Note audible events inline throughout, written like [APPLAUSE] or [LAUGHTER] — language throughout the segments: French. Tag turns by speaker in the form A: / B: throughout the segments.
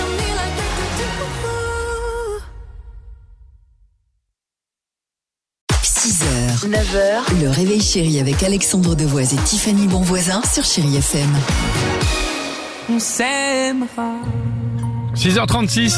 A: on me like we could do.
B: 6h, 9h, le réveil chéri avec Alexandre Devoise et Tiffany Bonvoisin sur Chérie FM.
C: 6h36,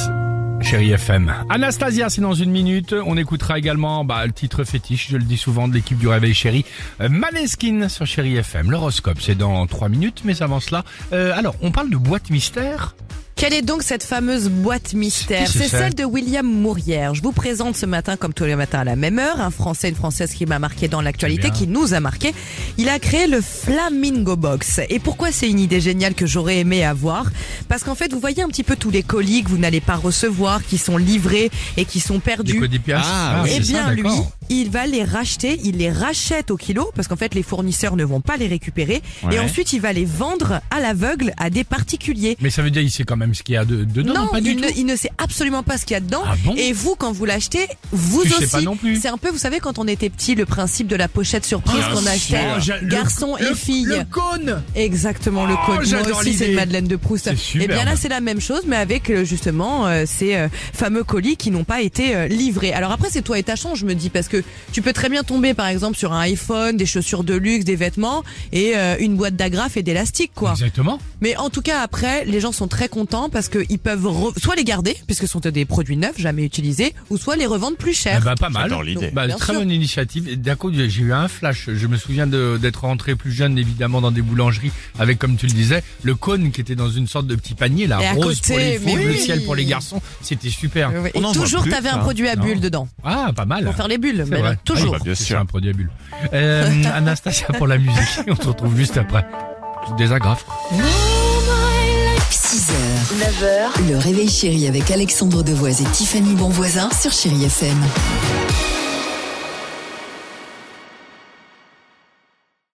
C: chérie FM. Anastasia, c'est dans une minute. On écoutera également bah, le titre fétiche, je le dis souvent, de l'équipe du Réveil Chéri. Euh, Maneskin sur chérie FM. L'horoscope, c'est dans 3 minutes, mais avant cela. euh, alors, on parle de boîte mystère.
D: Quelle est donc cette fameuse boîte mystère
C: Qui c'est
D: C'est
C: ça
D: celle de William Mourière. Je vous présente ce matin, comme tous les matins à la même heure, un Français, une Française qui m'a marqué dans l'actualité,
C: C'est bien.
D: qui nous a marqué. Il a créé le Flamingo Box. Et pourquoi c'est une idée géniale que j'aurais aimé avoir Parce qu'en fait, vous voyez un petit peu tous les colis que vous n'allez pas recevoir, qui sont livrés et qui sont
C: Des
D: perdus.
C: codipias.
E: Ah,
C: oui,
D: Eh
C: c'est
D: bien
C: ça,
D: lui,
C: d'accord.
D: il va les racheter, il les rachète au kilo parce qu'en fait les fournisseurs ne vont pas les récupérer
C: Ouais.
D: et ensuite il va les vendre à l'aveugle à des particuliers.
C: Mais ça veut dire, il sait quand même ce qu'il y a de, dedans,
D: non,
C: pas du
D: il, ne,
C: tout.
D: il ne sait absolument pas ce qu'il y a dedans.
C: Ah bon
D: et vous, quand vous l'achetez, vous
C: Tu sais
D: aussi.
C: pas non plus.
D: C'est un peu, vous savez, quand on était petit, le principe de la pochette surprise
C: Bien
D: qu'on
C: sûr.
D: achetait,
C: Oh, j'a- le-
D: garçon et
C: le-
D: fille.
C: Le cône
D: Exactement, le
C: Oh,
D: code.
C: j'adore
D: Moi aussi, c'est
C: l'idée.
D: une Madeleine de Proust.
C: C'est
D: Et bien
C: superbe.
D: là, c'est la même chose, mais avec euh, justement euh, ces euh, fameux colis qui n'ont pas été euh, livrés. Alors après, c'est toi et ta chance, je me dis, parce que tu peux très bien tomber, par exemple, sur un iPhone, des chaussures de luxe, des vêtements et euh, une boîte d'agrafes et d'élastique, quoi.
C: Exactement.
D: Mais en tout cas, après, les gens sont très contents parce qu'ils peuvent re- soit les garder, puisque ce sont des produits neufs, jamais utilisés, ou soit les revendre plus
C: Eh
D: cher.
C: ben, pas mal.
F: J'adore l'idée.
C: Bah,
D: Bien
C: très
D: sûr.
C: bonne initiative. Et D'un coup, j'ai eu un flash. Je me souviens de- d'être rentré plus jeune, évidemment, dans des boulangeries avec, comme tu le disais, le cône qui était dans une sorte de petit panier, la
D: Et à
C: rose
D: côté,
C: pour les filles,
D: mais
C: le
D: oui.
C: ciel pour les garçons. C'était super.
D: Euh, ouais.
F: On
D: Et
F: en voit
D: toujours,
F: plus,
D: t'avais un
F: ça.
D: produit à
C: hein. Non.
D: bulles dedans.
C: Ah, pas mal.
D: Pour faire les bulles,
C: C'est
D: mais
C: vrai.
D: non, toujours.
F: Ah oui, bah, bien
C: C'est
F: sûr.
C: un produit
D: [LAUGHS]
C: à bulles. Euh, Anastasia pour la musique. On se retrouve juste après. Des agrafes.
B: 6h, 9h, le réveil chéri avec Alexandre Devoise et Tiffany Bonvoisin sur Chérie FM.